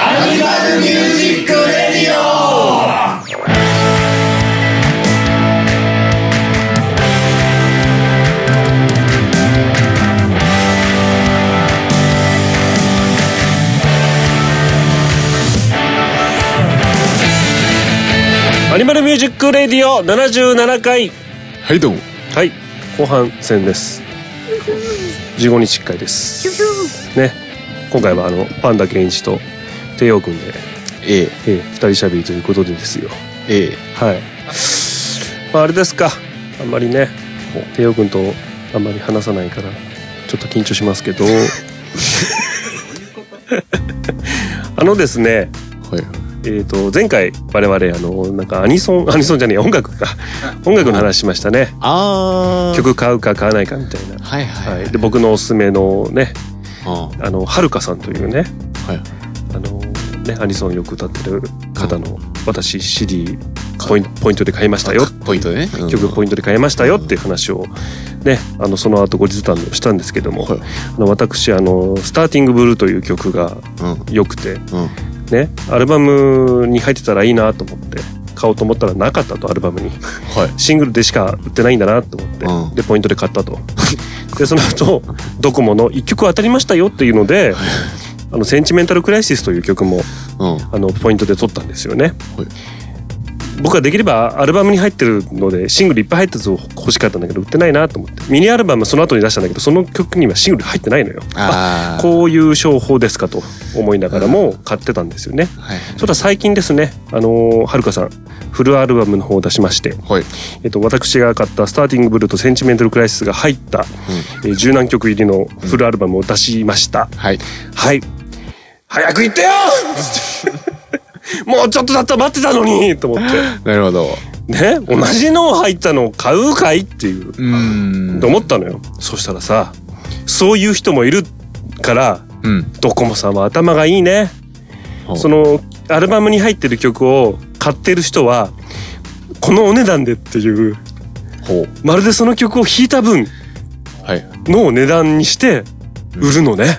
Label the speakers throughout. Speaker 1: アニマルミュージックレディオ
Speaker 2: アニマルミュージックレディオ77回
Speaker 3: はいどうも
Speaker 2: はい後半戦です15日会ですね今回はあのパンダケンイチと帝王くんで、
Speaker 3: A
Speaker 2: えー、2人しゃべりということでですよ
Speaker 3: A
Speaker 2: はいまああれですかあんまりね帝王くんとあんまり話さないからちょっと緊張しますけ どあのですね
Speaker 3: はい
Speaker 2: えー、と前回我々あのなんかアニソンアニソンじゃねえ音楽 か音楽の話しましたね
Speaker 3: あー
Speaker 2: 曲買うか買わないかみたいな、
Speaker 3: はいはい
Speaker 2: は、
Speaker 3: はいい
Speaker 2: で僕のおすすめのね
Speaker 3: あー
Speaker 2: あのはるかさんというね
Speaker 3: はい
Speaker 2: あのねアニソンをよく歌ってる方の私 CD ポインポイントで買いましたよ
Speaker 3: ポイントね
Speaker 2: 曲ポ
Speaker 3: イン
Speaker 2: イントで買いましたよっていう話をねあのその後後日談をしたんですけども、
Speaker 3: はい
Speaker 2: あの私あの「スターティングブルー」という曲が
Speaker 3: トうん
Speaker 2: 良くて
Speaker 3: うん
Speaker 2: ねアルバムに入ってたらいいなと思って買おうと思ったらなかったとアルバムに
Speaker 3: はい
Speaker 2: シングルでしか売ってないんだなと思って、
Speaker 3: うん
Speaker 2: でポイントで買ったと でその後ドコモの1曲当たりましたよっていうので「あのセンチメンタル・クライシス」という曲も
Speaker 3: うんは
Speaker 2: あのポイントで取ったんですよね
Speaker 3: い
Speaker 2: 僕はできればアルバムに入ってるのでシングルいっぱい入ったやつを欲しかったんだけど売ってないなと思ってミニアルバムその後に出したんだけどその曲にはシングル入ってないのよ
Speaker 3: あー
Speaker 2: こういう商法ですかと思いながらも買ってたんですよね
Speaker 3: はい
Speaker 2: それは最近ですねあのはるかさんフルアルバムの方を出しまして
Speaker 3: はい
Speaker 2: えっと、私が買った「スターティングブルー」と「センチメンタル・クライシス」が入った、えー十何曲入りのフルアルバムを出しました、
Speaker 3: はい
Speaker 2: はい早く行ってよ もうちょっとだったら待ってたのにと思って
Speaker 3: なるほど
Speaker 2: ね同じの入ったのを買うかいっていう、
Speaker 3: うーん
Speaker 2: と思ったのよそしたらさそういう人もいるから
Speaker 3: うん
Speaker 2: ドコモさんは頭がいいね
Speaker 3: ほう
Speaker 2: そのアルバムに入ってる曲を買ってる人はこのお値段でっていう
Speaker 3: ほう
Speaker 2: まるでその曲を弾いた分
Speaker 3: はい
Speaker 2: の値段にして売るのね、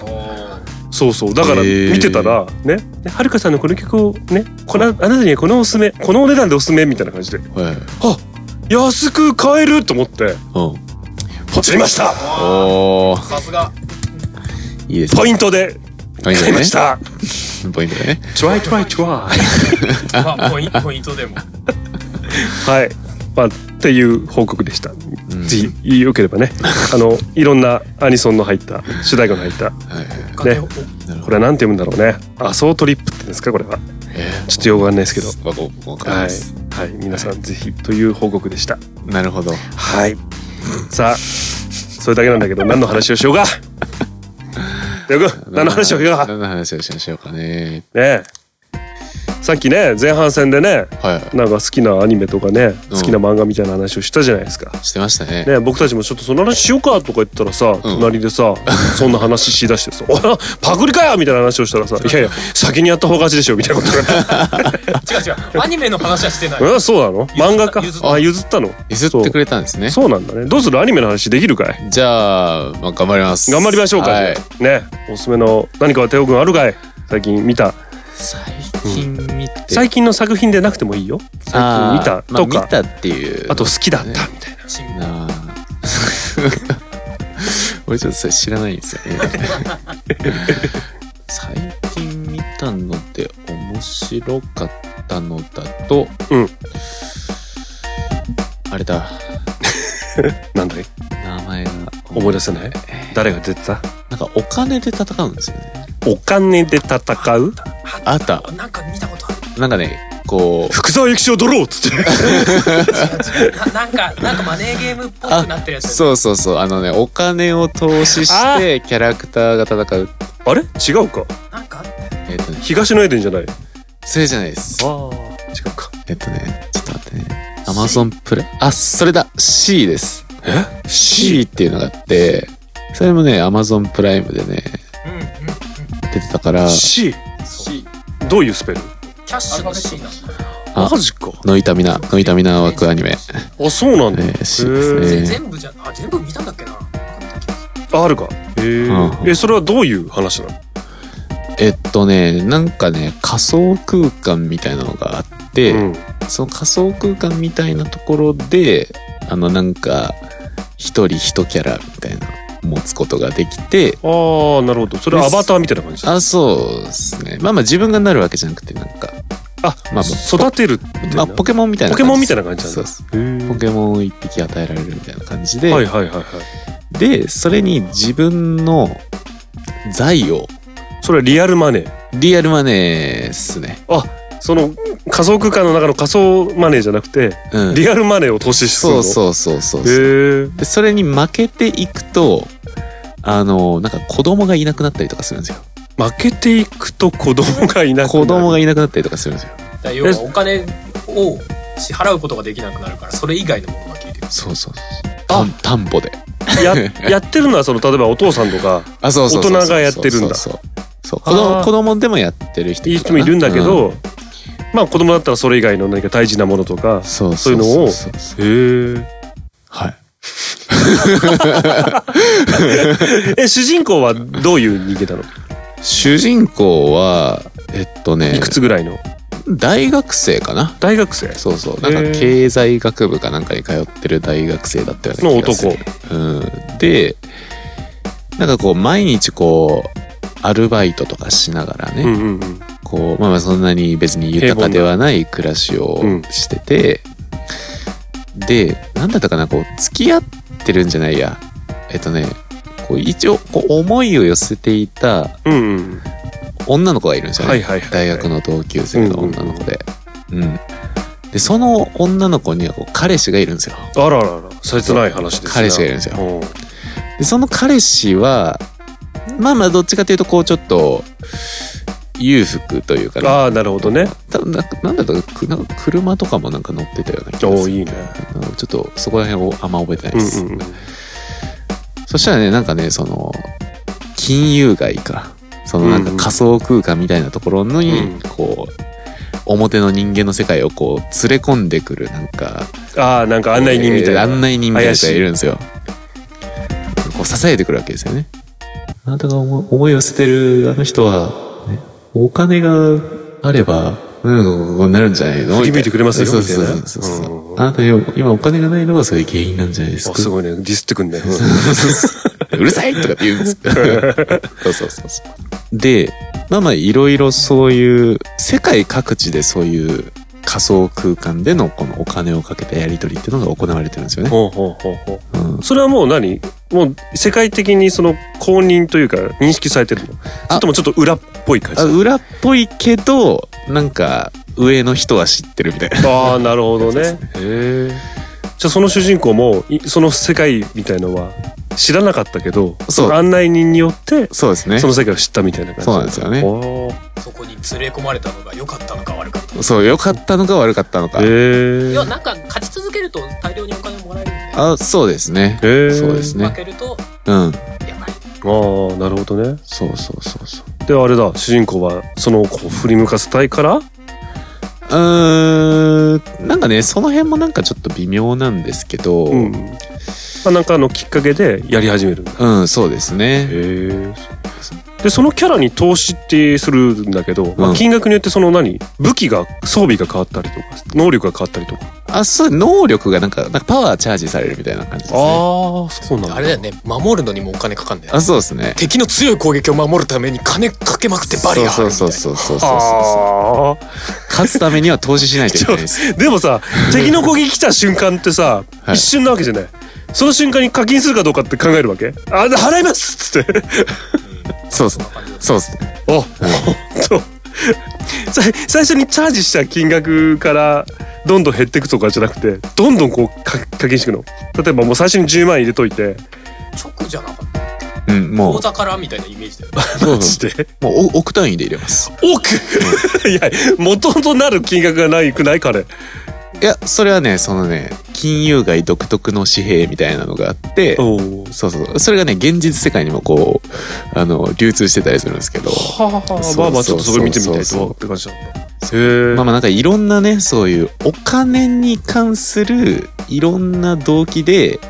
Speaker 2: そうそうだから
Speaker 3: へー
Speaker 2: 見てたらねではるかさんのこの曲をねこのあなたにはこのおすすめこのお値段でおすすめみたいな感じで
Speaker 3: はい
Speaker 2: あ安く買えると思って
Speaker 3: うん
Speaker 2: ポチりました
Speaker 3: おー
Speaker 4: さすが
Speaker 3: いいですね
Speaker 2: ポイントで
Speaker 3: ポイント
Speaker 2: 買い
Speaker 3: で
Speaker 2: ま
Speaker 3: ね
Speaker 2: した、
Speaker 3: ポイントでね
Speaker 2: トライトライトライ
Speaker 4: まあポインポイントでも
Speaker 2: はいまあっていう報告でした、ぜひよければねあのいろんなアニソンの入った主題歌の入った
Speaker 3: はいはい
Speaker 4: お金を
Speaker 2: これは何て読むんだろうねアソートリップって言うんですかこれは
Speaker 3: えー
Speaker 2: ちょっとよくわかんないですけど
Speaker 3: わかわかんない
Speaker 2: は
Speaker 3: です
Speaker 2: い、はい、皆さんぜひという報告でした。
Speaker 3: なるほど
Speaker 2: はい。さあ、それだけなんだけど、何の話をしようか。よく、何の話をしようか。ね
Speaker 3: 何の話をしましょうかね
Speaker 2: え。さっきね、前半戦でね、
Speaker 3: はい
Speaker 2: なんか好きなアニメとかね、
Speaker 3: うん
Speaker 2: 好きな漫画みたいな話をしたじゃないですか。
Speaker 3: してましたね
Speaker 2: ねえ、僕たちもちょっとその話しようかとか言ったらさ、隣 でさ、そんな話しだしてさ、おいパクリかよみたいな話をしたらさ、いやいや、先にやった方が勝ちでしょみたいなことがあって。
Speaker 4: 違う違うアニメの話はし てない
Speaker 2: うん、そうなの漫画か
Speaker 4: 譲っ。た
Speaker 2: あ、譲ったの
Speaker 3: 譲ってくれたんですね
Speaker 2: そうなんだね。どうするアニメの話できるかい
Speaker 3: じゃあ、まあ、頑張ります
Speaker 2: 頑張りましょうか、
Speaker 3: はい
Speaker 2: ね。おすすめの何かはテオくんあるかい最近見た。
Speaker 3: 最近見て
Speaker 2: 最近の作品でなくてもいいよ。最
Speaker 3: あー
Speaker 2: 近見た
Speaker 3: まあ
Speaker 2: とか、
Speaker 3: 見たっていう
Speaker 2: あ、と好きだったみたいな。
Speaker 4: チン
Speaker 3: なあ 俺ちょっとそれ知らないんですよ ね最近見たので面白かったのだと、
Speaker 2: うん
Speaker 3: あれだ
Speaker 2: なんだい
Speaker 3: 名前が
Speaker 2: 思い出せない誰が出てた
Speaker 3: なんかお金で戦うんですよね
Speaker 2: お金で戦 う
Speaker 3: あった
Speaker 4: なんか見たことある
Speaker 3: なんかねこ
Speaker 2: 福沢幸雄ドロー っつって。
Speaker 4: ななんかなんかマネーゲームっぽくなってるや
Speaker 3: う
Speaker 4: つ
Speaker 3: そうそうそうあのねお金を投資してキャラクターが戦う
Speaker 2: あれ違うか。
Speaker 4: なんかあったよ
Speaker 3: えっ、とね
Speaker 2: 東のエデンじゃない。
Speaker 3: それじゃないです
Speaker 2: ああ。違うか。
Speaker 3: えっとねちょっと待ってねアマゾンプレあそれだ C です
Speaker 2: え
Speaker 3: C っていうのがあってそれもねアマゾンプライムでね
Speaker 4: うんうんうん
Speaker 3: 出てたから
Speaker 2: ?C。
Speaker 4: そう
Speaker 2: どういうスペル
Speaker 4: キャッシュのシーンなんだ
Speaker 3: あ
Speaker 2: マジか。
Speaker 3: ノイタミナノイタミナ枠アニメ、
Speaker 2: あ、そうなんだ。
Speaker 3: えー C です
Speaker 2: へ
Speaker 3: ね
Speaker 4: 全部じゃあ全部見たんだっけななんか見た気がする
Speaker 2: あ、あるか。
Speaker 3: え
Speaker 2: へえ
Speaker 3: うん
Speaker 2: えそれはどういう話なの
Speaker 3: えっとね、なんかね、仮想空間みたいなのがあって、
Speaker 2: うん
Speaker 3: その仮想空間みたいなところで、あのなんか、一人一キャラみたいなの持つことができて、
Speaker 2: ああなるほどそれはアバターみたいな感じだ
Speaker 3: あ、そうですね。まあまあ自分がなるわけじゃなくて、なんか、
Speaker 2: あ
Speaker 3: まあ
Speaker 2: 育てるみたい
Speaker 3: ま
Speaker 2: な
Speaker 3: あポケモンみたいな
Speaker 2: ポケモンみたいな感じなんだ
Speaker 3: そうです。
Speaker 2: へー
Speaker 3: ポケモンを一匹与えられるみたいな感じで、
Speaker 2: はいはいはいはい
Speaker 3: で、それに自分の財を、
Speaker 2: それはリアルマネー
Speaker 3: リアルマネーっすね。
Speaker 2: その仮想空間の中の仮想マネーじゃなくて
Speaker 3: うん。
Speaker 2: リアルマネーを投資す
Speaker 3: そ
Speaker 2: るの
Speaker 3: うそうそうそうそう。
Speaker 2: へえ
Speaker 3: で、それに負けていくと、あの、なんか子供がいなくなったりとかするんですよ。
Speaker 2: 負けていくと子供がいなくなる
Speaker 3: 子供がいなくなったりとかするんですよ。
Speaker 4: ら要はお金を支払うことができなくなるからそれ以外のものが消えてくる
Speaker 3: そうそうそう。たん担保で。
Speaker 2: ややってるのはその例えばお父さんとか
Speaker 3: あ、そうそうそうそう。
Speaker 2: 大人がやってるんだ
Speaker 3: そうそうそう。そう子供
Speaker 2: あー
Speaker 3: 子供でもやってる人か
Speaker 2: い
Speaker 3: ない
Speaker 2: 人もいるんだけ、ど、まあ子供だったらそれ以外の何か大事なものとか
Speaker 3: そう
Speaker 2: そういうのを
Speaker 3: そうそうそう
Speaker 2: へー
Speaker 3: はい。
Speaker 2: え主人公はどういう逃げなの
Speaker 3: 主人公は、えっとね
Speaker 2: いく、つぐらいの
Speaker 3: 大学生かな
Speaker 2: 大学生
Speaker 3: そうそう。なん
Speaker 2: へ
Speaker 3: か
Speaker 2: ー
Speaker 3: 経済学部かなんかに通ってる大学生だったよね。
Speaker 2: の男
Speaker 3: うん、でなんかこう毎日こうアルバイトとかしながらね、
Speaker 2: うんうんうん
Speaker 3: こうまあまあそんなに別に豊かではない暮らしを
Speaker 2: うん
Speaker 3: してて、でなんだったかなこう付き合ってるんじゃないやえっとねこう一応こう思いを寄せていた
Speaker 2: うんうん
Speaker 3: 女の子がいるんですよね、
Speaker 2: はいはいはい
Speaker 3: 大学の同級生の女の子で、うんでその女の子にはこう彼氏がいるんですよ
Speaker 2: あらあらあら切ない話ですね
Speaker 3: 彼氏がいるんですよ
Speaker 2: うん
Speaker 3: でその彼氏はまあまあどっちかというとこうちょっと裕福というか、
Speaker 2: ああなるほどね
Speaker 3: 多分なんかなんだったかくなんか車とかもなんか乗ってたような気が
Speaker 2: お
Speaker 3: する
Speaker 2: ーいいね
Speaker 3: うんちょっとそこら辺をあんま覚えてない
Speaker 2: うん
Speaker 3: です、
Speaker 2: うんうん
Speaker 3: そしたらねなんかねその金融街かそのなん
Speaker 2: う
Speaker 3: か
Speaker 2: んうん
Speaker 3: 仮想空間みたいなところに、
Speaker 2: うん
Speaker 3: こう表の人間の世界をこう連れ込んでくるなんか
Speaker 2: ああなんか案内人みたいな、
Speaker 3: えー案内人みたいな人がいるんですよこう支えてくるわけですよねあなたが思い思いを寄せてるあの人は、ね、お金があればうんこうなるんじゃないの
Speaker 2: 振り向いてくれますよ
Speaker 3: そうそうそう
Speaker 2: みたいな
Speaker 3: そうそうそううんあなたよ今お金がないのがそういう原因なんじゃないです
Speaker 2: あ
Speaker 3: か
Speaker 2: すごいねディスって くんね、うん
Speaker 3: うるさいとかって言うんですけど そうそうそうそうでまあまあいろいろそういう世界各地でそういう仮想空間でのこのお金をかけたやり取りっていうのが行われてるんですよね、
Speaker 2: ほうほうほうほう
Speaker 3: うん、
Speaker 2: それはもう何もう世界的にその公認というか認識されてるのそれともちょっと裏っぽい感
Speaker 3: あ
Speaker 2: じ
Speaker 3: 裏っぽいけどなんか上の人は知ってるみたいな
Speaker 2: ああなるほどねへえじゃあその主人公もいその世界みたいのは知らなかったけど
Speaker 3: そう
Speaker 2: の案内人によって
Speaker 3: そうですね
Speaker 2: その世界を知ったみたいな感じ
Speaker 3: そうなんですよね
Speaker 2: よ
Speaker 4: そこに連れ込まれたのが良かったのか悪かったのか
Speaker 3: そう良かったのか悪かったのか、
Speaker 2: へえ
Speaker 4: 要はなんか勝ち続けると大量にお金もらえるんで
Speaker 3: あそうですね
Speaker 2: へえ
Speaker 3: そうですね
Speaker 4: 負けると
Speaker 3: うん
Speaker 4: やばい
Speaker 2: ああなるほどね
Speaker 3: そうそうそうそう
Speaker 2: であれだ主人公はその子を振り向かせたいから
Speaker 3: うーんなんかねその辺もなんかちょっと微妙なんですけどう、
Speaker 2: うんんまあなんかのきっかけでやり始めるんだ
Speaker 3: そうですね
Speaker 2: へえでそのキャラに投資ってするんだけど、ま
Speaker 3: う
Speaker 2: あ、
Speaker 3: ん
Speaker 2: 金額によってその何武器が装備が変わったりとか能力が変わったりとか、
Speaker 3: あそう能力がなんかなんかパワーチャージされるみたいな感じですね
Speaker 2: ああそうなんだ
Speaker 4: あれだよね守るのにもお金かかんだよね
Speaker 3: あそうですね
Speaker 4: 敵の強い攻撃を守るために金かけまくってバリア張
Speaker 3: そう
Speaker 4: るみたいな
Speaker 3: そうそうそうそうそうそう
Speaker 2: あ
Speaker 3: 勝つためには投資しないといけないです
Speaker 2: ー でもさ敵の攻撃来た瞬間ってさ、
Speaker 3: はい
Speaker 2: 一瞬なわけじゃないその瞬間に課金するかどうかって考えるわけあ払いますっつって
Speaker 3: そうそうそうですね
Speaker 2: あ、ほんとさ最初にチャージした金額からどんどん減っていくとかじゃなくてどんどんこうか課金していくの例えばもう最初に10万入れといて
Speaker 4: 直じゃなかった
Speaker 3: うんも
Speaker 4: 口
Speaker 3: う
Speaker 4: 座からみたいなイメージだよね
Speaker 3: そう
Speaker 2: マジで
Speaker 3: もうお億単位で入れます。
Speaker 2: 億 いや元となる金額がないくない彼
Speaker 3: いや、それはね、そのね、金融街独特の紙幣みたいなのがあって、
Speaker 2: お
Speaker 3: そうそう。それがね、現実世界にもこう、あの、流通してたりするんですけど、
Speaker 2: はあ
Speaker 3: そう
Speaker 2: まあまあちょっとそれ見てみたい
Speaker 3: そうそう
Speaker 2: と
Speaker 3: そう
Speaker 2: って感じなんだへえ
Speaker 3: まあまあなんかいろんなね、そういうお金に関するいろんな動機で、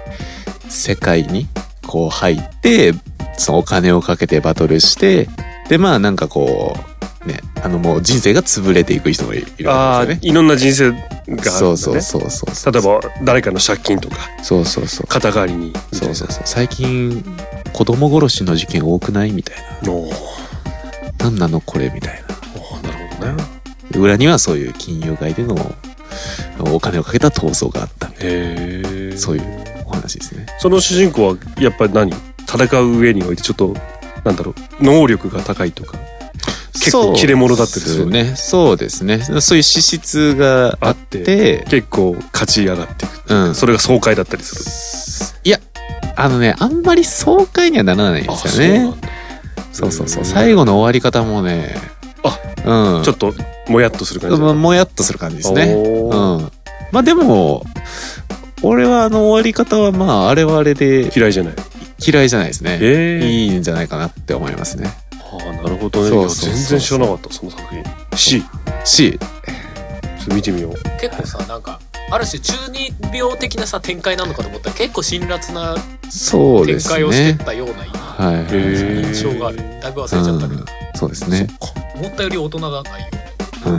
Speaker 3: 世界にこう入って、そのお金をかけてバトルして、で、まあなんかこう、ね、あのもう人生が潰れていく人もいるんです
Speaker 2: あ
Speaker 3: よ
Speaker 2: あ
Speaker 3: ね。
Speaker 2: いろんな人生があるんだ、ね、
Speaker 3: そうそうそうそう。
Speaker 2: 例え、ば誰かの借金とか
Speaker 3: そうそうそう。
Speaker 2: 肩代わりに
Speaker 3: そうそうそう。最近、子供殺しの事件多くないみたいな。
Speaker 2: おー
Speaker 3: 何なのこれみたい
Speaker 2: おーなるほどね
Speaker 3: な。裏にはそういう金融街でのお金をかけた闘争があったみたい
Speaker 2: へえ
Speaker 3: な。そういうお話ですね。
Speaker 2: その主人公はやっぱり何戦う上においてちょっとなんだろう能力が高いとか結構切れ者だったりす
Speaker 3: そ
Speaker 2: る
Speaker 3: うですね。そうですね。そういう資質があ
Speaker 2: あ
Speaker 3: っ
Speaker 2: って
Speaker 3: て、
Speaker 2: 結構勝ち上がっていく
Speaker 3: うん。
Speaker 2: それが爽快だったりする
Speaker 3: いや、あのね、あんまり爽快にはならないんですよね。そうそうそう。最後の終わり方もね、あ、うん。
Speaker 2: ちょ
Speaker 3: っ
Speaker 2: っともやっとする感じ
Speaker 3: と、もやっとする感じですね。うん。
Speaker 2: おー
Speaker 3: まあでも、俺はあの終わり方はまあ、あれはあれで
Speaker 2: 嫌いじゃない
Speaker 3: 嫌いじゃないですね。
Speaker 2: ええ
Speaker 3: いいんじゃないかなって思いますね。
Speaker 2: ああなるほどね
Speaker 3: そうそうそう
Speaker 2: いや全然知らなかったその作品 C ちょ
Speaker 3: し、
Speaker 2: っと見てみよう
Speaker 4: 結構さなんかある種中二病的なさ展開なのかと思ったら結構辛辣な
Speaker 3: そうで
Speaker 4: 展
Speaker 3: す
Speaker 4: 開をしてっ
Speaker 3: ね。
Speaker 4: たような
Speaker 3: はいはいはい。
Speaker 2: へ
Speaker 4: 印象があるだいぶ忘れちゃったけど、
Speaker 3: うんそうですね。
Speaker 4: 思ったより大人だないよ
Speaker 3: う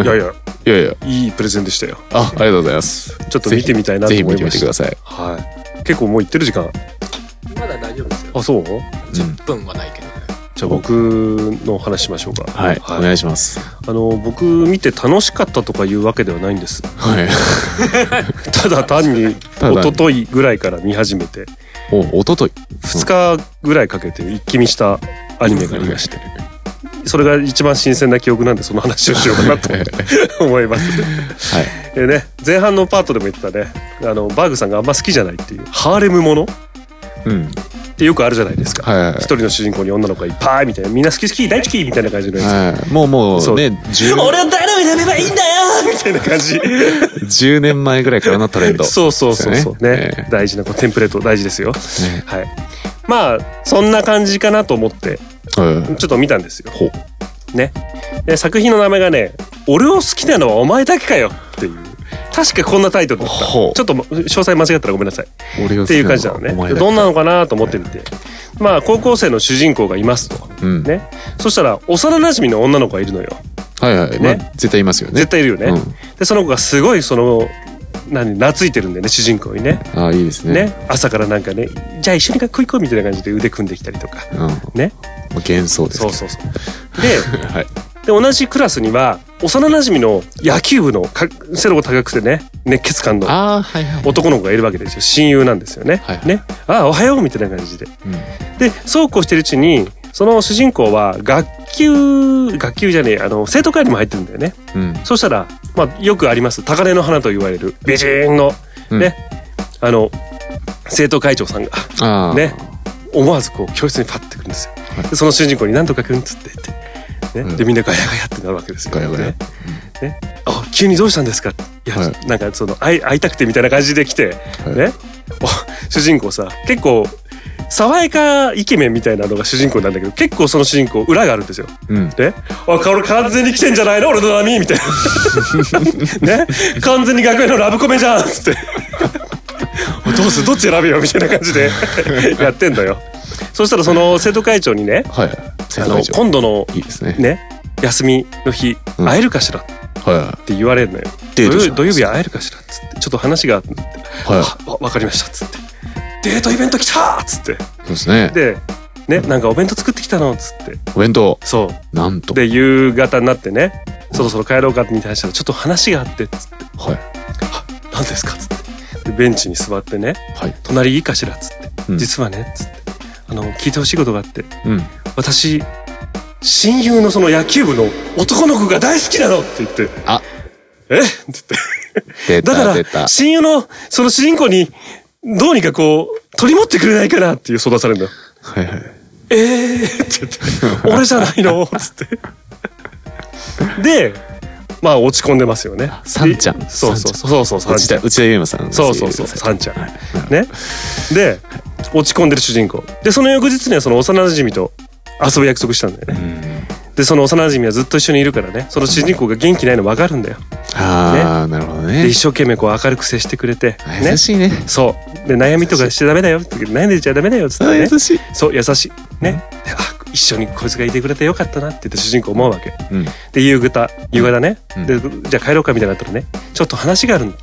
Speaker 3: ん。
Speaker 2: いやいや
Speaker 3: いやいや、
Speaker 2: いいプレゼンでしたよ
Speaker 3: あ、ありがとうございます。
Speaker 2: ちょっと見てみたいなと
Speaker 3: ぜひ
Speaker 2: 思
Speaker 3: 見
Speaker 2: い
Speaker 3: て
Speaker 2: ま
Speaker 3: みて
Speaker 2: し
Speaker 3: く
Speaker 2: た
Speaker 3: ださい。
Speaker 2: はい結構もう行ってる時間
Speaker 4: まだ大丈夫ですよ
Speaker 2: あそう
Speaker 3: うん
Speaker 4: 10分はないけどね
Speaker 2: じゃあ僕の話しましょうか
Speaker 3: はい、お願いします。
Speaker 2: あの僕見て楽しかったとかいうわけではないんです
Speaker 3: はい。
Speaker 2: ただ単に
Speaker 3: ただ
Speaker 2: 一昨日ぐらいから見始めて
Speaker 3: お、おととい。
Speaker 2: 2日ぐらいかけて一気見したアニメがありましてそれが一番新鮮な記憶なんでその話をしようかなと思って 思います
Speaker 3: はい。
Speaker 2: でね前半のパートでも言ってたねあのバーグさんがあんま好きじゃないっていうハーレムものっ
Speaker 3: うん。
Speaker 2: てよくあるじゃないですか
Speaker 3: はいはい
Speaker 2: 一人の主人公に女の子がいっぱいみたいなみんな好き好き大好きみたいな感じのや
Speaker 3: はい。はい。もうも
Speaker 2: そう
Speaker 3: うね、
Speaker 2: つ
Speaker 3: 10,
Speaker 2: 俺は誰を選べばいいんだよみたいな感じ
Speaker 3: 10年前ぐらいからのトレンド。
Speaker 2: そうそうそうそうね
Speaker 3: ですよね
Speaker 2: 大事なこうテンプレート大事ですよ
Speaker 3: ね。
Speaker 2: はいまあそんな感じかなと思って
Speaker 3: うん。
Speaker 2: ちょっと見たんですよ
Speaker 3: ほう。
Speaker 2: ねで作品の名前がね「俺を好きなのはお前だけかよ」っていう確かこんなタイトルだったち
Speaker 3: ほ
Speaker 2: ょ
Speaker 3: う
Speaker 2: っとも詳細間違ったらごめんなさいっ
Speaker 3: 俺を好きなのは
Speaker 2: ていう感じなのね
Speaker 3: お前
Speaker 2: で
Speaker 3: だ
Speaker 2: どんなのかなと思ってみてまあ高校生の主人公がいますと
Speaker 3: うん。
Speaker 2: ねそしたら幼馴染の女の子がいるのよ
Speaker 3: はいはい。まあ
Speaker 2: ね、
Speaker 3: 絶対いますよね。
Speaker 2: 絶対いるよね、
Speaker 3: うん
Speaker 2: でその子がすごいその何懐いてるんだよね主人公にね
Speaker 3: ああ、いいですね。
Speaker 2: ね、朝からなんかねじゃあ一緒に学校行こうみたいな感じで腕組んできたりとか
Speaker 3: うん。も
Speaker 2: ね
Speaker 3: う幻想です
Speaker 2: そ
Speaker 3: け
Speaker 2: う
Speaker 3: ど。
Speaker 2: そうそうで
Speaker 3: はい。
Speaker 2: で同じクラスには幼なじみの野球部のか背の高くてね熱血感の
Speaker 3: ああ、はいはい。
Speaker 2: 男の子がいるわけですよ親友なんですよね,、
Speaker 3: はいはい
Speaker 2: ねああおはようみたいな感じで
Speaker 3: うん
Speaker 2: でそうこうしてるうちにその主人公は学級学級じゃねえあの生徒会にも入ってるんだよね
Speaker 3: うん。
Speaker 2: そしたら、まあ、よくあります高嶺の花と言われる美人の
Speaker 3: うん
Speaker 2: ね、あの生徒会長さんが
Speaker 3: ああ。
Speaker 2: ね。思わずこう教室にパッてくるんですよ、
Speaker 3: はい
Speaker 2: でその主人公になんとかくんっつって言って、ね
Speaker 3: うん
Speaker 2: でみんなガヤガヤってなるわけですよ、
Speaker 3: ガヤガヤ
Speaker 2: ねねあ急にどうしたんですかいや、
Speaker 3: は
Speaker 2: なんかその会い会いたくてみたいな感じで来て、
Speaker 3: はい
Speaker 2: ねお主人公さ結構爽やかイケメンみたいなのが主人公なんだけど結構その主人公裏があるんですよ。
Speaker 3: うん。
Speaker 2: ね、あこれ完全に来てんじゃないの俺の波みたい な。ね完全に学園のラブコメじゃんっつって。おどうするどっち選べよみたいな感 じでやってんのよ。そしたらその生徒会長にね
Speaker 3: はい。
Speaker 2: あ
Speaker 3: 生徒
Speaker 2: の
Speaker 3: 会長。
Speaker 2: 今度の
Speaker 3: いいですね。
Speaker 2: ね休みの日
Speaker 3: うん
Speaker 2: 会えるかしらって
Speaker 3: はいは
Speaker 2: 言われるのよ。土
Speaker 3: デート
Speaker 2: 曜
Speaker 3: じゃない
Speaker 2: 土曜日会えるかしらっつってちょっと話があって
Speaker 3: い。はい。
Speaker 2: あわわかりましたっつって。デートイベント来たっつって。
Speaker 3: そうですね。
Speaker 2: で、ね、なんかお弁当作ってきたのっつって。
Speaker 3: お弁当。
Speaker 2: そう。
Speaker 3: なんと。
Speaker 2: で夕方になってねそろそろ帰ろうかってみたいな話したらちょっと話があってっつって
Speaker 3: はい。
Speaker 2: 「何ですか?」っつってでベンチに座ってね
Speaker 3: はい。
Speaker 2: 「隣いいかしら?」っつって「
Speaker 3: うん
Speaker 2: 実はね」っつってあの聞いてほしいことがあって
Speaker 3: うん。
Speaker 2: 私親友のその野球部の男の子が大好きなのって言って
Speaker 3: あ、
Speaker 2: 「えっ?」って言っ
Speaker 3: 出
Speaker 2: てだ
Speaker 3: た出
Speaker 2: か
Speaker 3: た
Speaker 2: ら。親友のその主人公にどうにかこう取り持ってくれないかなっていう相談されるんだよ
Speaker 3: はいはい。
Speaker 2: えーって言って、俺じゃないのつって。で、まあ落ち込んでますよね。
Speaker 3: さんちゃん
Speaker 2: でそうそうそうそう、さん
Speaker 3: 内
Speaker 2: ちゃ
Speaker 3: 田、
Speaker 2: ん。
Speaker 3: 内田優馬さんが
Speaker 2: そ
Speaker 3: 声優
Speaker 2: う
Speaker 3: で
Speaker 2: そう
Speaker 3: す。
Speaker 2: そう、さんちゃん。ね。で、落ち込んでる主人公。で、その翌日にはその幼馴染と遊ぶ約束したんだよね。でその幼馴染はずっと一緒にいるからねその主人公が元気ないの分かるんだよ
Speaker 3: ああ、なるほど
Speaker 2: で
Speaker 3: ね
Speaker 2: 一。生懸命こう明るく接してくれて、
Speaker 3: あ
Speaker 2: ね
Speaker 3: 優、しいね。
Speaker 2: そうで悩みとかしちゃダメだよって悩んでちゃダメだよっつった
Speaker 3: あ
Speaker 2: らね
Speaker 3: 優しい。
Speaker 2: そう優しいねであ一緒にこいつがいてくれてよかったなって言って主人公思うわけ
Speaker 3: うん。
Speaker 2: で夕方夕方ね、
Speaker 3: うん
Speaker 2: でじゃあ帰ろうかみたいになったらねちょっと話があるんって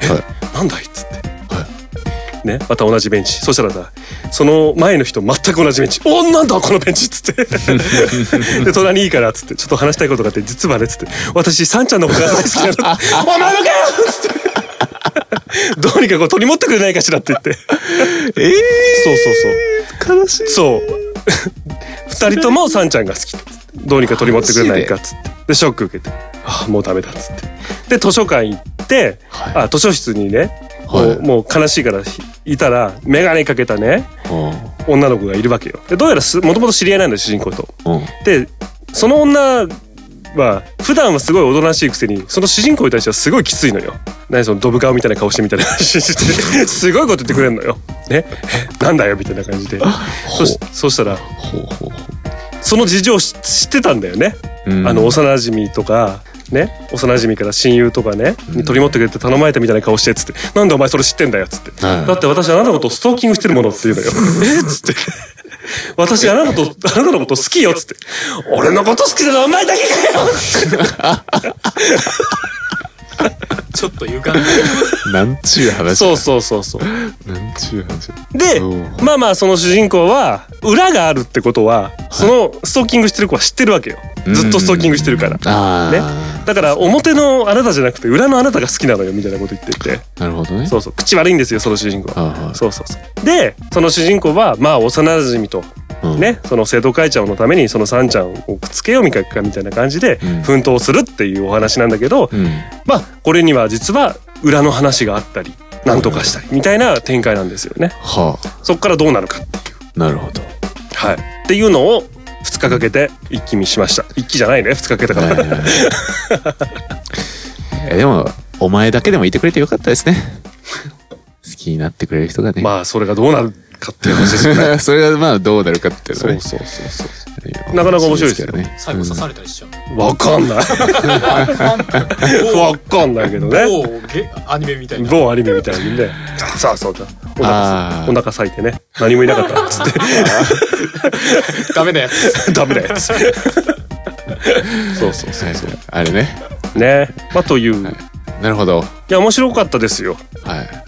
Speaker 2: 言って
Speaker 3: は
Speaker 2: 「えなんだい?」っつって、ね、また同じベンチそしたらさその前の人全く同じベンチ「おなんだこのベンチ」っつって で隣いいからっつって「ちょっと話したいことがあって実はね」っつって「私さんちゃんのことが大好きなの」お 前もかよ!」っつって。どうにかこう取り持ってくれないかしらって言って
Speaker 3: ええ
Speaker 2: そうそうそう
Speaker 3: 悲しい。
Speaker 2: そう 二人ともさんちゃんが好きだっつってどうにか取り持ってくれないかっつってでショック受けてああもうダメだっつってで図書館行って
Speaker 3: はい。
Speaker 2: あ図書室にねも
Speaker 3: は
Speaker 2: う,、
Speaker 3: い
Speaker 2: もう悲しいからひいたら眼鏡かけたね
Speaker 3: う
Speaker 2: 女の子がいるわけよでどうやらすもともと知り合いなんだよ主人公と
Speaker 3: んうん
Speaker 2: でその女は普段はすごいおとなしいくせにその主人公に対してはすごいきついのよ何そのドブ顔みたいな顔してみたいな話してすごいこと言ってくれるのよねえなんだよみたいな感じでそしそしたら
Speaker 3: ほうほうほ
Speaker 2: その事情を知知ってたんだよね、
Speaker 3: ううん。
Speaker 2: あの幼馴染とかね幼馴染から親友とかね、に取り持ってくれて頼まれたみたいな顔してっつって「なんでお前それ知ってんだよ」っつって、
Speaker 3: はい
Speaker 2: だって私あなたのことをストーキングしてるもの」って言うのよ「 えっ?」つって「私あなたとあなたのこと好きよ」っつって「俺のこと好きなのはお前だけかよ!」
Speaker 4: ちょっと歪んでる
Speaker 3: なんちゅう話。
Speaker 2: そうそうそうそう
Speaker 3: う。なんちゅう話。
Speaker 2: で
Speaker 3: そう
Speaker 2: まあまあその主人公は裏があるってことはそのストーキングしてる子は知ってるわけよずっとストーキングしてるから
Speaker 3: ああ。
Speaker 2: ねだから表のあなたじゃなくて裏のあなたが好きなのよみたいなこと言ってて
Speaker 3: なるほどね。
Speaker 2: そうそう口悪いんですよその主人公
Speaker 3: はいはい
Speaker 2: そうそうそうでその主人公はまあ幼馴染と
Speaker 3: うん。
Speaker 2: ねその生徒会長のためにそのさんちゃんをくっつけようみたいなみたいな感じで
Speaker 3: うん
Speaker 2: 奮闘するっていうお話なんだけど、
Speaker 3: うん。
Speaker 2: まあこれには実は裏の話があったりなんとかしたりみたいな展開なんですよね
Speaker 3: はあ。
Speaker 2: そっからどうなるか
Speaker 3: なるほど。
Speaker 2: はいっていうのを2日かけて一気見しました一気じゃないね2日かけたから、
Speaker 3: えでもお前だけでもいてくれてよかったですね好きになってくれる人がね、
Speaker 2: まあそれがどうなるかっていう話 ですよね
Speaker 3: それがまあどうなるかっていうの
Speaker 2: そ
Speaker 3: は
Speaker 2: う
Speaker 3: ね
Speaker 2: そうそうそう
Speaker 3: な
Speaker 2: なかなか面白いですよ
Speaker 3: よね
Speaker 4: 最後刺されたりしちゃ う
Speaker 2: わか んない。わかんないけどね。
Speaker 4: 某ゲアニメみたいな
Speaker 2: 某アニメみたいにね。さあそうだ。お
Speaker 3: あ
Speaker 2: 腹
Speaker 3: ー
Speaker 2: お腹咲いてね。何もいなかったっつっ
Speaker 4: ダメなやつ
Speaker 2: て ダメだよ。つってそうそうそ
Speaker 3: はいあれね
Speaker 2: う。ね。まあという。い
Speaker 3: なるほどは
Speaker 2: や面白かったですよ。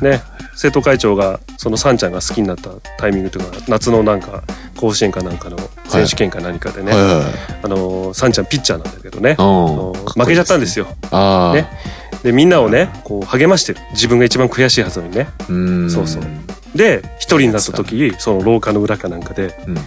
Speaker 3: い
Speaker 2: ね。生徒会長がそのさんちゃんが好きになったタイミングというか夏のなんか甲子園かなんかの選手権か何かでね、
Speaker 3: はい
Speaker 2: あのーさんちゃんピッチャーなんだけどね、
Speaker 3: う
Speaker 2: あ
Speaker 3: ん
Speaker 2: のー負けちゃったんですよ。
Speaker 3: ああ、
Speaker 2: ねでみんなをねこう励ましてる自分が一番悔しいはずなのにね。
Speaker 3: うん
Speaker 2: そうそうで一人になった時その廊下の裏かなんかで
Speaker 3: うん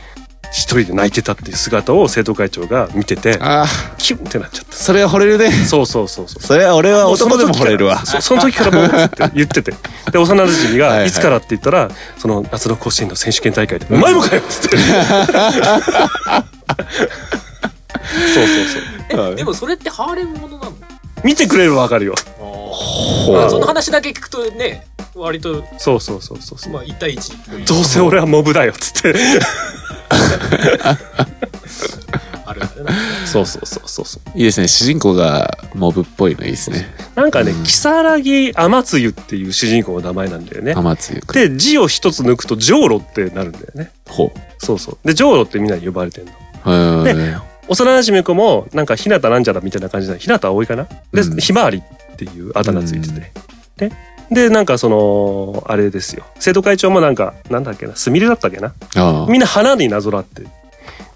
Speaker 2: 一人で泣いてたっていう姿を生徒会長が見てて
Speaker 3: ああ
Speaker 2: キュンってなっちゃった
Speaker 3: それは惚れるね
Speaker 2: そうそうそうそう
Speaker 3: それは俺は
Speaker 2: そ
Speaker 3: 男
Speaker 2: の
Speaker 3: でも
Speaker 2: 時か
Speaker 3: 惚
Speaker 2: ら
Speaker 3: れるわ
Speaker 2: そその時からもうって言っててで幼馴染
Speaker 3: はいは
Speaker 2: が「
Speaker 3: い
Speaker 2: いつから?」って言ったらその夏の甲子園の選手権大会で「お前もかよ!」っつってそうそうそう
Speaker 4: えでもそれってハーレムものなの
Speaker 2: 見てくれればわかるよ
Speaker 3: ほ
Speaker 4: まあ
Speaker 3: う
Speaker 4: その話だけ聞くとね割と
Speaker 2: そうそうそうそうそう
Speaker 4: まあ1対1という
Speaker 2: どうせ俺はモブだよっつって
Speaker 4: あるんだよね
Speaker 2: そうそうそうそうそう
Speaker 3: いいですね主人公がモブっぽいのいいですね
Speaker 2: なんかね
Speaker 3: うん
Speaker 2: 如月天露っていう主人公の名前なんだよね
Speaker 3: 天津ゆか
Speaker 2: で字を一つ抜くとジョーロってなるんだよね
Speaker 3: ほ
Speaker 2: そうそうでジョーロってみんなに呼ばれてんの
Speaker 3: ううん
Speaker 2: で幼馴染子もなんか日向なんちゃらみたいな感じなの日向葵かなで、
Speaker 3: うん
Speaker 2: ひまわりっていうあだ名ついてて、ででなんかそのあれですよ生徒会長もなんかなんだっけなすみれだったっけな
Speaker 3: ああ
Speaker 2: みんな花になぞらって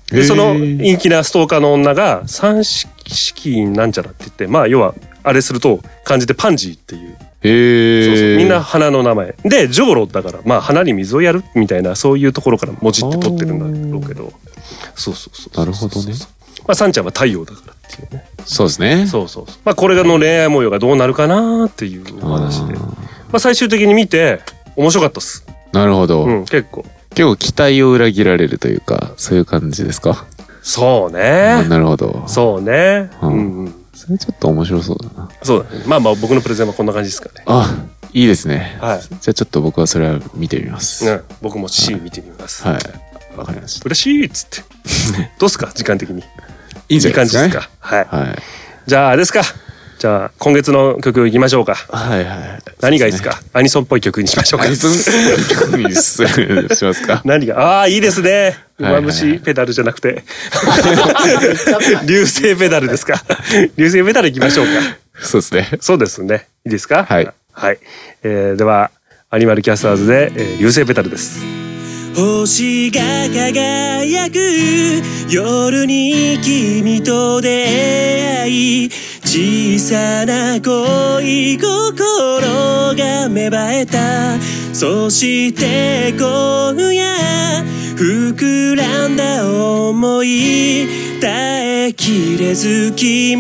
Speaker 2: でそ
Speaker 3: へ
Speaker 2: の
Speaker 3: え
Speaker 2: 陰気なストーカーの女が三色なんちゃらって言ってまあ要はあれすると漢字でパンジーっていう
Speaker 3: へえ
Speaker 2: そうそうみんな花の名前でジョーロだからまあ花に水をやるみたいなそういうところからもじって取ってるんだろうけどそうそうそうそう
Speaker 3: なるほどね
Speaker 2: まあサンちゃんは太陽だからっていうね
Speaker 3: そうですね
Speaker 2: そうそうそうまあこれがの恋愛模様がどうなるかなっていうお話で
Speaker 3: あ
Speaker 2: ま
Speaker 3: ー
Speaker 2: あ最終的に見て面白かったっす
Speaker 3: なるほど、
Speaker 2: うん結構
Speaker 3: 結構期待を裏切られるというかそういう感じですか、
Speaker 2: そう
Speaker 3: うん
Speaker 2: ね
Speaker 3: なるほどそ
Speaker 2: そうね
Speaker 3: う
Speaker 2: うんんうん
Speaker 3: れちょっと面白そうだな
Speaker 2: そうだねまあまあ僕のプレゼンはこんな感じですかね
Speaker 3: あいいですね
Speaker 2: はい
Speaker 3: じゃあちょっと僕はそれは見てみます、
Speaker 2: うん僕も C 見てみます
Speaker 3: はいわかりました
Speaker 2: 嬉しいっつってどうっすか時間的に
Speaker 3: いいんじ
Speaker 5: い
Speaker 3: ゃ
Speaker 5: い
Speaker 3: な
Speaker 5: 感
Speaker 3: いで
Speaker 5: じ
Speaker 3: す
Speaker 5: で
Speaker 3: か、
Speaker 5: す
Speaker 3: ね。
Speaker 5: か。はい。
Speaker 3: はい。
Speaker 5: じゃあ、あれですか。じゃあ、今月の曲いきましょうか。
Speaker 3: はいはい。
Speaker 5: 何がいいですかアニソンっぽい曲にしましょうか
Speaker 3: ア。ニソンっぽい曲にすしますか。
Speaker 5: 何がああ、いいですね。
Speaker 3: はい
Speaker 5: 馬
Speaker 3: はい
Speaker 5: 虫ペダルじゃなくて。流星ペダルですか。流星ペダルいきましょうか。
Speaker 3: そうですね。
Speaker 5: そうですね。いいですか
Speaker 3: はい。
Speaker 5: はい。えーでは、アニマルキャスターズで、えー流星ペダルです。
Speaker 2: 星が輝く夜に君と出会い小さな恋心が芽生えたそして今夜膨らんだ想い耐えきれず君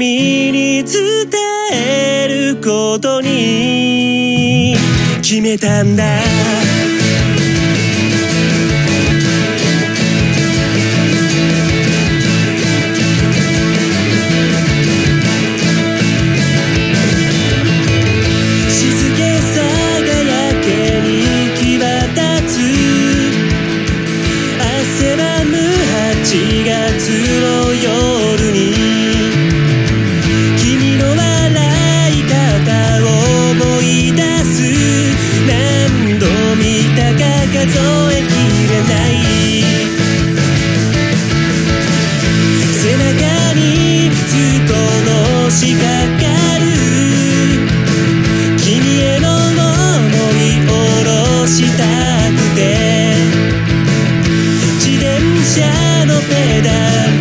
Speaker 2: に伝えることに決めたんだ静けさがやけに際立つ汗ばむ8月の夜に君の笑い方を思い出す何度見たか数えきれない背中にずっとのしかかる君への想い下ろしたくて自転車のペダル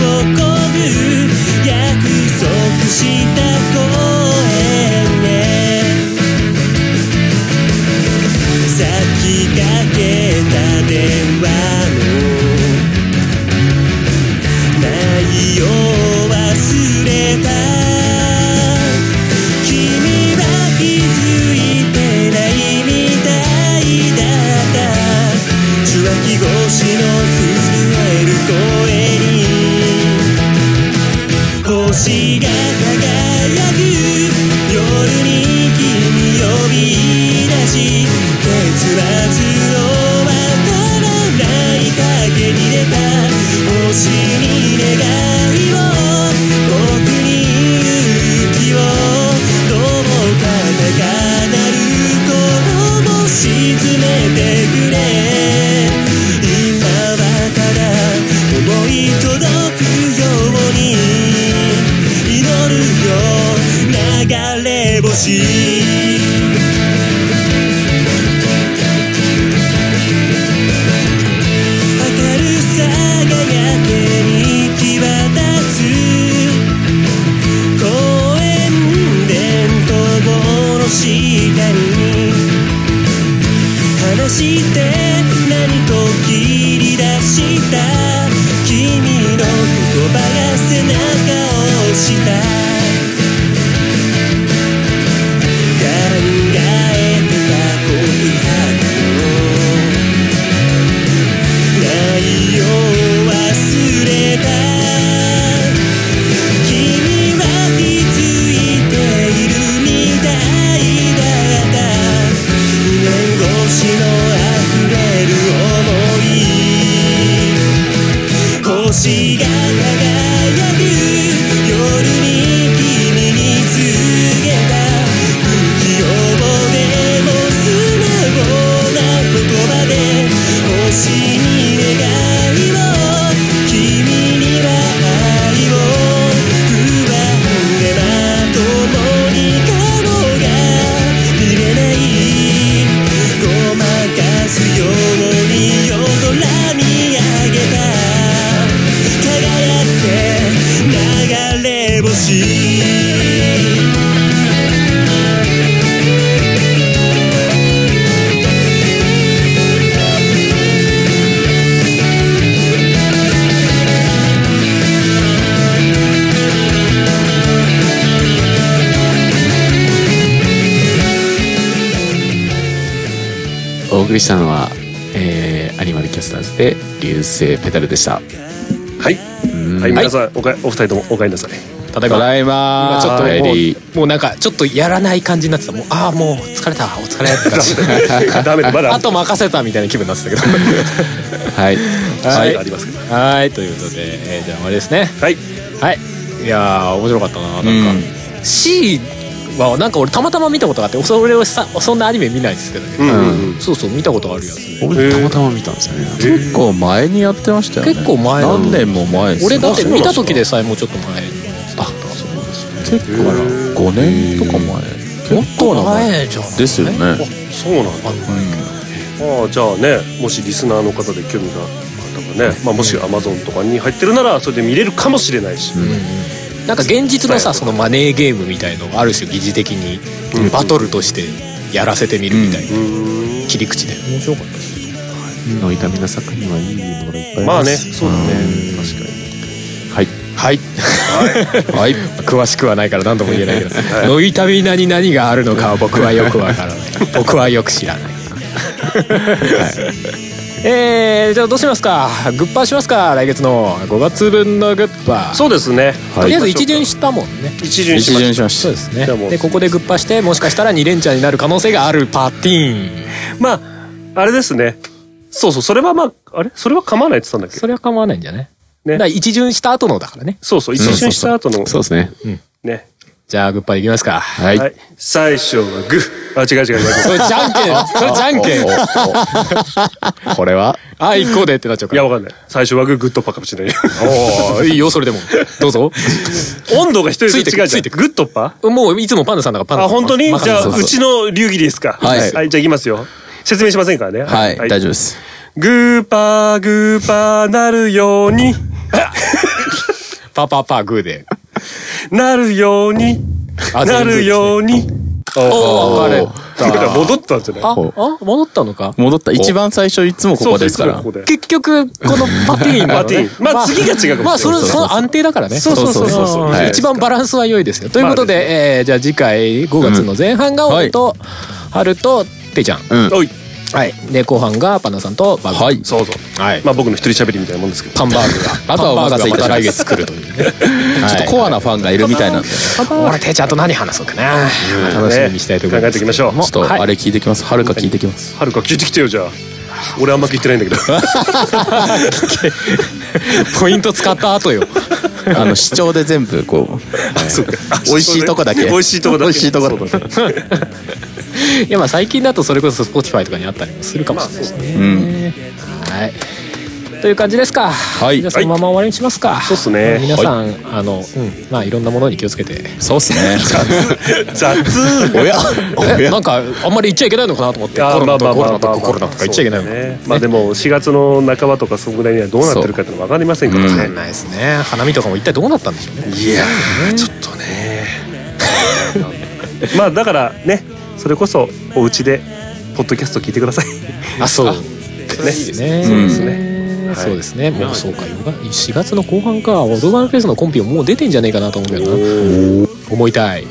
Speaker 2: をこぐ約束した公園へ咲きかけた電話の内容忘れた君は気づいてないみたいだった受話器越しの震える声に星が輝く夜に君呼び出し結末をわからない影に出た星に願いを僕に勇気をどうか高鳴る声を沈めてくれ今はただ思い届くように祈るよ流れ星明るさがやけに際立つ公園伝統の下に話して何と切り出した君の言葉が背中を押した考えてた告白を内容忘れた君は気づいてないみたいだった2年越しの溢れる想い星が輝く夜に君に告げた不器用でも素直な言葉で星に願いを君には愛を伝えた不安でまともに顔が見れないごまかすように夜空見上げた輝って流れ星
Speaker 3: お送りしたのは、えー、アニマルキャスターズで流星ペダルでした。
Speaker 5: はい。はい、皆さん、おかお二人ともお帰り なさい。
Speaker 4: ただい
Speaker 3: た
Speaker 4: ま
Speaker 3: だいま
Speaker 4: 今ちょっと
Speaker 3: お帰り
Speaker 4: もうもうなんかちょっとやらない感じになってたもうああもう疲れたお疲れって感じ
Speaker 5: ダメだ、まだ。
Speaker 4: あと任せたみたいな気分になって たけど
Speaker 3: はい。
Speaker 5: はいありますけ
Speaker 4: はいということで、えーじゃあ終わりですね
Speaker 5: はい。
Speaker 4: はいいやー面白かったななんか、C はなんか俺たまたま見たことがあってそれをさそんなアニメ見ないですけどね、
Speaker 2: うんうんうん
Speaker 4: そうそう見たことあるやつね
Speaker 3: 俺たまたま見たんですよねなんか
Speaker 6: 結構前にやってましたよね
Speaker 4: 結構前なん
Speaker 6: 何年も前です
Speaker 4: 俺だって
Speaker 6: あ
Speaker 4: 見た時でさえもうちょっと前あそう
Speaker 6: 結構5年とか前結構な前
Speaker 4: じゃん
Speaker 6: ですよね
Speaker 2: そうなんだああじゃあねもしリスナーの方で興味があった方がね、まあ、もし Amazon とかに入ってるならそれで見れるかもしれないし、
Speaker 4: なんか現実のさそのマネーゲームみたいのがある種疑似的にバトルとしてやらせてみるみたいな切り口で面白かったです
Speaker 3: の痛みな作品はいいのがいっぱい
Speaker 2: まあ
Speaker 3: り
Speaker 2: ね
Speaker 3: す
Speaker 2: そうだね
Speaker 3: はい
Speaker 4: はい、はい、 詳しくはないから何とも言えないけど「のいたびなに何があるのか は僕はよくわからない僕はよく知らない」えー、じゃあどうしますかグッパーしますか来月の5月分のグッパー
Speaker 2: そうですね、
Speaker 4: とりあえず一巡したもんね
Speaker 2: 一巡し
Speaker 6: 一
Speaker 2: まし
Speaker 6: 巡しました
Speaker 4: そうですね
Speaker 2: じゃあもう
Speaker 4: でここでグッパーしてもしかしたら2連チャンになる可能性があるパーティーン
Speaker 2: たまああれですねそうそうそれはまああれそれは噛まないって言ったんだっけ
Speaker 4: それは構わないんじゃね
Speaker 2: ね
Speaker 4: だから一巡した後のだからね
Speaker 2: そうそう一巡した後の
Speaker 3: そうですね
Speaker 2: ね
Speaker 4: じゃあグッパーいきますかは
Speaker 2: はい最初はグーあ違う違う違
Speaker 4: そうれじゃんけ んそれじゃんけん
Speaker 6: これは
Speaker 4: あいこうでってなっちゃう
Speaker 2: い
Speaker 4: から
Speaker 2: やわかんない最初はグーグッドパーかもしれない
Speaker 4: おーいいよそれでもどうぞ
Speaker 2: 温度が一人と違う
Speaker 4: つ
Speaker 2: じゃ
Speaker 4: い
Speaker 2: ん
Speaker 4: てく
Speaker 2: グッドパー
Speaker 4: もういつもパンダさんだからパンダ
Speaker 2: あ、
Speaker 4: さん
Speaker 2: 本当に
Speaker 4: 任
Speaker 2: じ
Speaker 4: せて
Speaker 2: ゃ
Speaker 4: そう
Speaker 2: あ、
Speaker 4: そう
Speaker 2: うちの流儀ですか。
Speaker 6: はい
Speaker 2: はい、じゃあ行きますよ。説明しませんからね。
Speaker 6: はい大丈夫です
Speaker 2: グーパー、グーパー、なるよう に、
Speaker 4: パパパグーで
Speaker 2: なるように、
Speaker 4: あ
Speaker 2: なるように。お
Speaker 4: おあれ
Speaker 2: だから戻ったんじゃない
Speaker 4: ああ戻ったのか
Speaker 6: 戻った一番最初いつもこ
Speaker 2: そう
Speaker 6: こ
Speaker 2: そ
Speaker 6: で
Speaker 2: う
Speaker 6: すから
Speaker 2: ここで
Speaker 4: 結局このパティーンだろ
Speaker 2: パ
Speaker 4: うね
Speaker 2: ティーンまあ次が違うかもしれない
Speaker 4: まあそれその安定だからね
Speaker 2: そうそうそうそう
Speaker 4: うん
Speaker 6: はい
Speaker 4: 一番バランスは良いですよというこ
Speaker 2: ま
Speaker 4: と
Speaker 2: あ
Speaker 4: でえーじゃあ次回5月の前半が俺と春とていちゃん
Speaker 6: うん
Speaker 2: おい。
Speaker 4: はいで後半がパンダさんとバグ
Speaker 6: はい
Speaker 2: そうそう。はい。まあ僕の一人喋りみたいなもんですけど。
Speaker 4: パンバーグが
Speaker 6: あとはお任せいたします
Speaker 4: パンバーグがまた来月来るというね
Speaker 6: ちょっとコアなファンがいるみたいなんで
Speaker 4: 俺ていちゃんと何話そうかな楽しみにしたいと思い
Speaker 2: ね考え
Speaker 4: ます
Speaker 2: ていきましょう
Speaker 4: も
Speaker 6: ちょっと
Speaker 4: はい
Speaker 6: あれ聞いてきますはるか聞いてきます
Speaker 2: はるか聞いてきてよ、 じゃあ。俺あんま聞いてないんだけど。
Speaker 4: ポイント使った後よ。
Speaker 6: あの視聴で全部こう
Speaker 2: そうか
Speaker 6: 美味しいとこだけ
Speaker 2: 美味しいとこだけ。
Speaker 6: 美味しいとこだけ
Speaker 2: そうだね
Speaker 4: いやまあ最近だとそれこそ Spotify とかにあったりもするかもしれないしね。はい。という感じですか。はいじゃあそのまま終わりにしますか。
Speaker 2: そうっすね
Speaker 4: 皆さん、あの、うん、まあいろんなものに気をつけて。
Speaker 6: そうっすね
Speaker 2: 雑。
Speaker 6: おや お
Speaker 4: え
Speaker 6: や
Speaker 4: なんかあんまり言っちゃいけないのかなと思って。
Speaker 2: いや
Speaker 4: コロナと
Speaker 2: まあ
Speaker 4: かコ
Speaker 2: まあま
Speaker 4: ロナ
Speaker 2: あま
Speaker 4: と
Speaker 2: あ
Speaker 4: かコロナとか言っちゃいけないのかな。
Speaker 2: ねまあでも4月の半ばとかそのぐらいにはどうなってるかっての分かりませんから
Speaker 4: わか
Speaker 2: ね
Speaker 4: ん。ないですね。花見とかも一体どうなったんでしょうね。
Speaker 2: いやーちょっとね まあだからねそれこそお家でポッドキャスト聞いてください
Speaker 4: あ、そう。ね。ね。
Speaker 6: うん
Speaker 4: そうですね。そうですね。もうそうか、よが4月の後半か、オドバンフェスのコンピはもう出てんじゃねえかなと思うけどな。思いたい。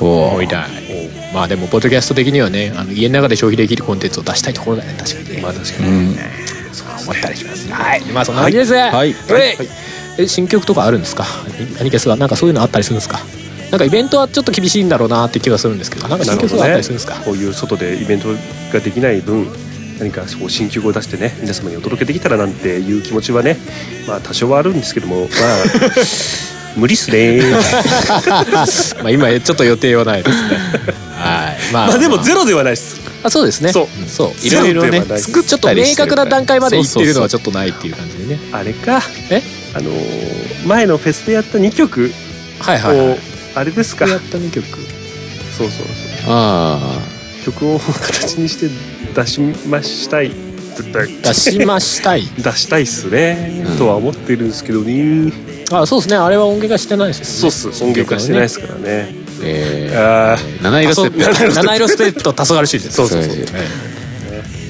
Speaker 6: お
Speaker 4: 思いたいまあでもポッドキャスト的にはねあの家の中で消費できるコンテンツを出したいところだね確かにねまあ確かに、そう思ったりしますはいまあそんな感じですはい、
Speaker 6: はい
Speaker 4: え新曲とかあるんですか何キャスがなんかそういうのあったりするんですかなんかイベントはちょっと厳しいんだろうなって気がするんですけどなんか新曲があったりするんですか、
Speaker 2: こういう外でイベントができない分何かこう新曲を出してね皆様にお届けできたらなんていう気持ちはねまあ多少はあるんですけども まあ無理っすね
Speaker 4: まあ今ちょっと予定はないですねはいまあ、
Speaker 2: まあでもゼロではないです
Speaker 4: あそうですね
Speaker 2: そう
Speaker 4: そう
Speaker 2: いろいろね
Speaker 4: 作っちょっと明確な段階までいってるのはちょっとないっていう感じでね
Speaker 2: あれか
Speaker 4: え
Speaker 2: あのー前のフェスでやった2曲
Speaker 4: はいはい、はい
Speaker 2: をあれですか
Speaker 4: やった2曲
Speaker 2: そうそうそう
Speaker 3: あ
Speaker 2: 曲を形にして出しましたい絶対
Speaker 4: 出しましたい
Speaker 2: 出したいっすね、とは思ってるんですけどね
Speaker 4: あそうですねあれは音源がしてないです
Speaker 2: そう
Speaker 4: よ
Speaker 2: っす音楽化してないですからね
Speaker 3: あえー
Speaker 2: あ
Speaker 3: 七色ステップ
Speaker 4: ね七色ステップと黄昏シリーズそう
Speaker 3: そうそう
Speaker 2: ー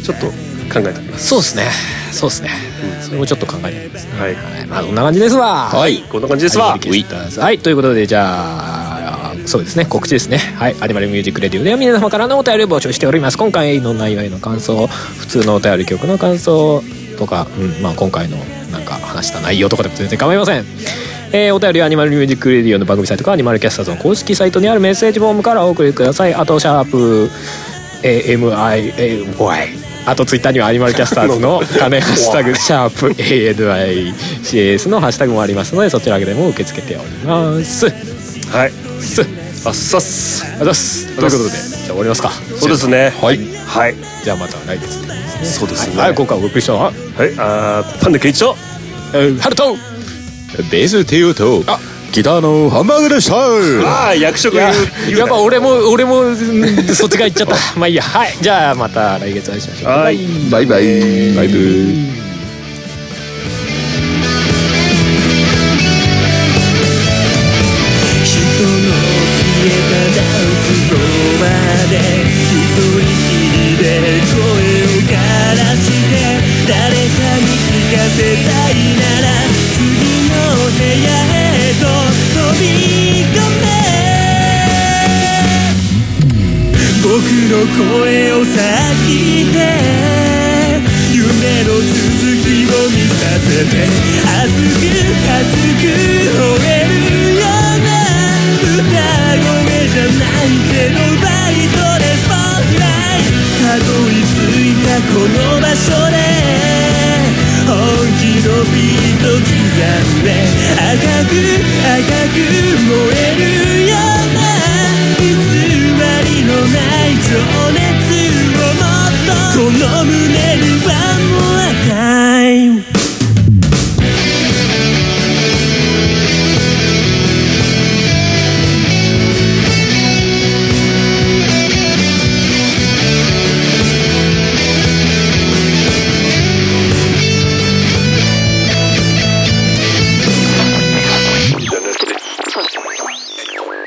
Speaker 2: ちょっと考えてみます
Speaker 4: そうですねそうですねそれもちょっと考えてみますね
Speaker 2: はい
Speaker 4: はいまあこんな感じですわはい
Speaker 6: い
Speaker 2: こんな感じですわ
Speaker 4: リクエスターズはいということでじゃあそうですね告知ですねはい「アニマルミュージックレディオ」では皆様からのお便りを募集しております今回の内容への感想普通のお便り曲の感想とか、うんまあ、今回のなんか話した内容とかでも全然構いませんえーお便りはアニマルミュージックレディオの番組サイトかアニマルキャスターズの公式サイトにあるメッセージフォームからお送りくださいあとシャープ AMI、えー、おいあとツイッターにはアニマルキャスターズの画面ハッシュタグシャープ ANICS のハッシュタグもありますのでそちらでも受け付けております
Speaker 2: はい
Speaker 4: すあ
Speaker 2: あっさっす
Speaker 4: ざっすということでじゃあ終わりますか
Speaker 2: そうですね
Speaker 6: はい
Speaker 2: はい
Speaker 4: じゃあまた来月ですね
Speaker 2: そうですね
Speaker 4: はい、はい今回お送りしたのは
Speaker 2: はいあーパンダケイチと
Speaker 4: えーハルト
Speaker 3: ベーステオと
Speaker 6: ギターのハンバーグでした
Speaker 2: ああ役職
Speaker 4: いや
Speaker 2: 言う
Speaker 4: やっぱ俺も俺もうんそっちが行っちゃった まあいいやはいじゃあまた来月お会いしましょう
Speaker 2: はい
Speaker 6: バイバイバイブ
Speaker 7: 人の消えたダンスフロアで一人きりで声を枯らして誰かに聞かせたいなら次の部屋へと飛び込め僕の声を先で夢の続きを見させて熱く熱く吠えるような歌声じゃないけどバイトでスポットライトたどり着いたこの場所で本気のビート刻んで赤く赤く燃えるようないつまりのない情熱をもっとこの胸にはもう赤い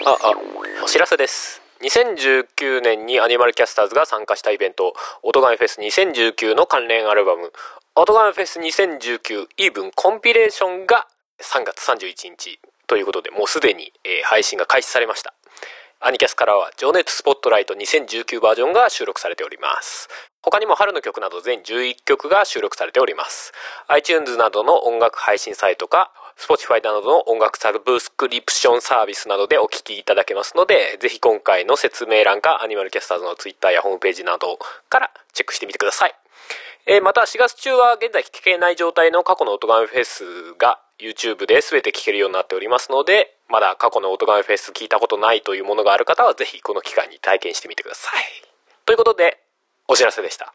Speaker 4: ああお知らせです2019年にアニマルキャスターズが参加したイベント「オトガメフェス2019」の関連アルバム「オトガメフェス2019イーブンコンピレーション」が3月31日ということでもうすでに、えー配信が開始されましたアニキャスからは「情熱スポットライト2019バージョン」が収録されております他にも春の曲など全11曲が収録されております iTunes などの音楽配信サイトか Spotify などの音楽サブスクリプションサービスなどでお聞きいただけますのでぜひ今回の説明欄かアニマルキャスターズの Twitter やホームページなどからチェックしてみてくださいえーまた4月中は現在聞けない状態の過去のオトガメフェスが YouTube で全て聞けるようになっておりますので、まだ過去のオトガメフェス聞いたことないというものがある方はぜひこの機会に体験してみてください。ということで、お知らせでした。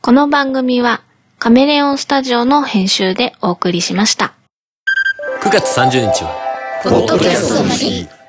Speaker 8: この番組はカメレオンスタジオの編集でお送りしました。
Speaker 7: 9月30日は
Speaker 1: ポッドキャストの日